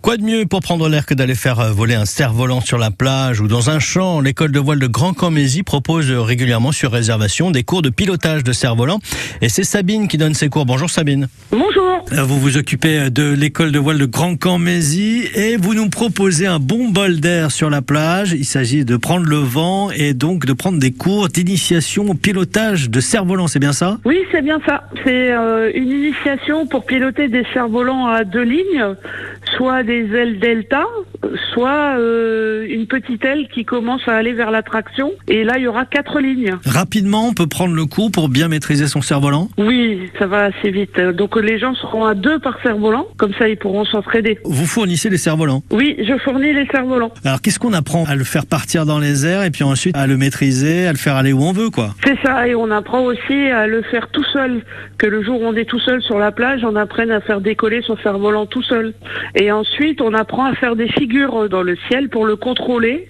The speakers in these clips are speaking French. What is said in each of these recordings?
Quoi de mieux pour prendre l'air que d'aller faire euh, voler un cerf-volant sur la plage ou dans un champ L'école de voile de Grand Cammésie propose euh, régulièrement sur réservation des cours de pilotage de cerf-volant. Et c'est Sabine qui donne ces cours. Bonjour Sabine. Bonjour. Euh, Vous vous occupez de l'école de voile de Grand Cammésie et vous nous proposez un bon bol d'air sur la plage. Il s'agit de prendre le vent et donc de prendre des cours d'initiation au pilotage de cerf-volant. C'est bien ça Oui, c'est bien ça. C'est euh, une initiation pour piloter des cerfs-volants à deux lignes, soit des ailes delta, soit euh, une petite aile qui commence à aller vers la traction. Et là, il y aura quatre lignes. Rapidement, on peut prendre le cours pour bien maîtriser son cerf-volant. Oui, ça va assez vite. Donc les gens seront à deux par cerf-volant, comme ça ils pourront s'entraider. Vous fournissez les cerfs-volants. Oui, je fournis les cerfs-volants. Alors qu'est-ce qu'on apprend à le faire partir dans les airs et puis ensuite à le maîtriser, à le faire aller où on veut quoi C'est ça, et on apprend aussi à le faire tout seul. Que le jour où on est tout seul sur la plage, on apprenne à faire décoller son cerf-volant tout seul. Et ensuite, on apprend à faire des figures dans le ciel pour le contrôler.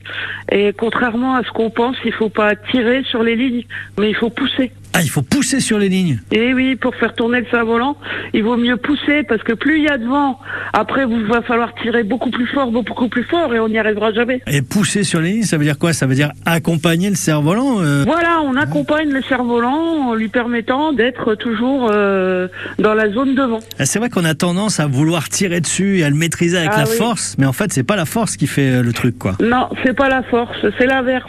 Et contrairement à ce qu'on pense, il faut pas tirer sur les lignes, mais il faut pousser. Ah, il faut pousser sur les lignes. Et oui, pour faire tourner le cerf-volant, il vaut mieux pousser parce que plus il y a de vent, après, vous va falloir tirer beaucoup plus fort, beaucoup plus fort et on n'y arrivera jamais. Et pousser sur les lignes, ça veut dire quoi Ça veut dire accompagner le cerf-volant euh, Voilà, on accompagne le cerf-volant en lui permettant d'être toujours euh, dans la zone de vent. C'est vrai qu'on a tendance à vouloir tirer dessus et à le maîtriser avec Ah la oui. force, mais en fait, c'est pas la force qui fait euh, le truc quoi. Non, c'est pas la force, c'est l'inverse.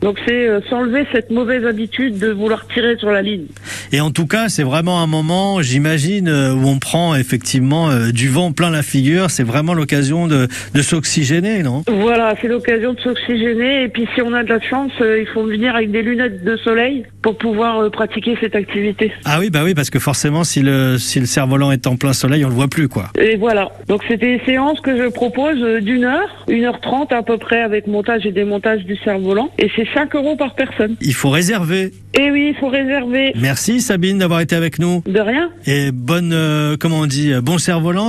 Donc c'est euh, s'enlever cette mauvaise habitude de vouloir tirer sur la ligne. Et en tout cas, c'est vraiment un moment, j'imagine, euh, où on prend effectivement euh, du vent plein la figure. C'est vraiment l'occasion de, de s'oxygéner, non Voilà, c'est l'occasion de s'oxygéner et puis si on a de la chance, euh, il faut venir avec des lunettes de soleil pour pouvoir euh, pratiquer cette activité. Ah oui, bah oui, parce que forcément, si le, si le cerf-volant est en plein soleil, on le voit plus, quoi. Et voilà. Donc c'était une séance que je propose euh, d'une heure, une heure trente à peu près avec montage et démontage du cerf-volant. Et c'est 5 euros par personne. Il faut réserver. Et oui, il faut réserver. Merci Sabine d'avoir été avec nous De rien. et bonne, euh, comment on dit, euh, bon cerf-volant.